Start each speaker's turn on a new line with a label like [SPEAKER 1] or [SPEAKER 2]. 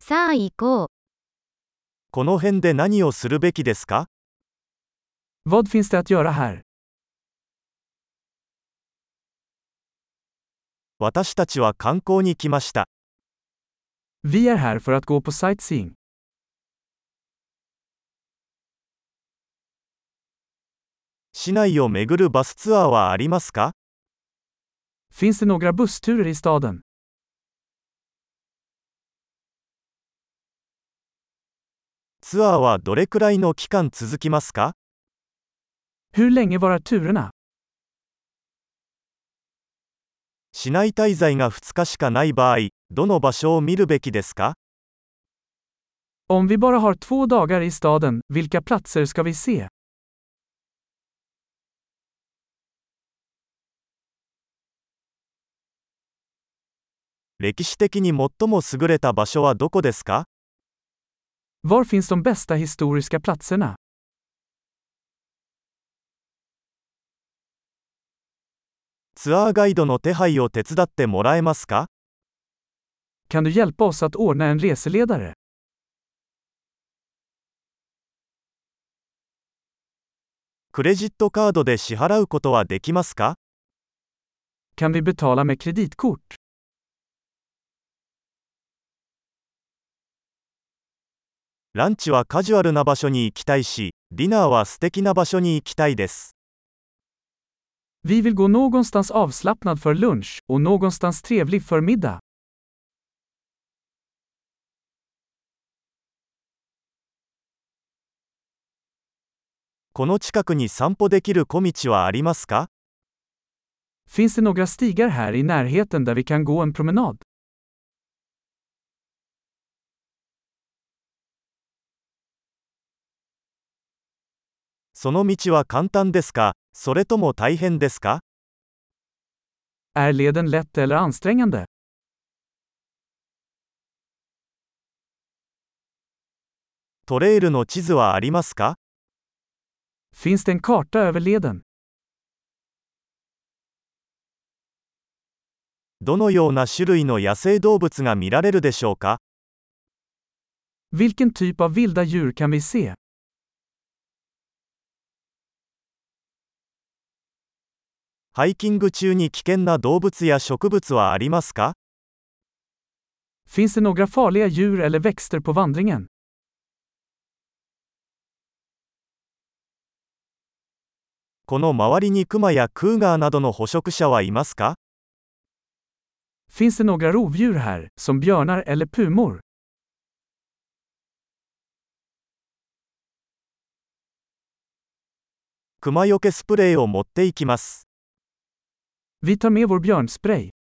[SPEAKER 1] さあ行こう。
[SPEAKER 2] この辺で何をするべきですか
[SPEAKER 3] Vad finns det att göra här?
[SPEAKER 2] 私たちは観光に来ました。
[SPEAKER 3] Vi är här för att gå på sightseeing.
[SPEAKER 2] 市内を巡るバスツアーはありますか
[SPEAKER 3] Finns det några bussturer i staden?
[SPEAKER 2] ツアーはどれくらいの期間続きますか
[SPEAKER 3] Hur länge varar turerna?
[SPEAKER 2] 市内滞在が2日しかない場合、どの場所を見るべきですか
[SPEAKER 3] Om vi bara har två dagar i staden, vilka platser ska vi se?
[SPEAKER 2] 歴史的に最も優れた場所はどこですか
[SPEAKER 3] Var finns de bästa historiska platserna?
[SPEAKER 2] ツアーガイドの手配を手伝ってもらえますか
[SPEAKER 3] Kan du hjälpa oss att ordna en reseledare?
[SPEAKER 2] クレジットカードで支払うことはできますか
[SPEAKER 3] Kan vi betala med kreditkort?
[SPEAKER 2] ランチはカジュアルな場所に行きたいし、ディナーは素敵な場所に行きたいです。
[SPEAKER 3] Vi vill gå någonstans avslappnad för lunch och någonstans trevlig för middag.
[SPEAKER 2] この近くに散歩できる小道はありますか
[SPEAKER 3] Finns det några stigar här i närheten där vi kan gå en promenad?
[SPEAKER 2] その道は簡単ですかそれとも大変ですか
[SPEAKER 3] Är leden lätt eller ansträngande?
[SPEAKER 2] トレイルの地図はありますか
[SPEAKER 3] Finns det en karta över leden?
[SPEAKER 2] どのような種類の野生動物が見られるでしょうか
[SPEAKER 3] Vilken typ av vilda djur kan vi se?
[SPEAKER 2] ハイキング中に危険な動物や植物はありますか
[SPEAKER 3] Finns det några farliga djur eller växter på vandringen?
[SPEAKER 2] この周りにクマやクーガーなどの捕食者はいますか
[SPEAKER 3] Finns det några rovdjur här, som björnar eller pumor?
[SPEAKER 2] クマよけスプレーを持っていきます。
[SPEAKER 3] Vi tar med vår björnspray.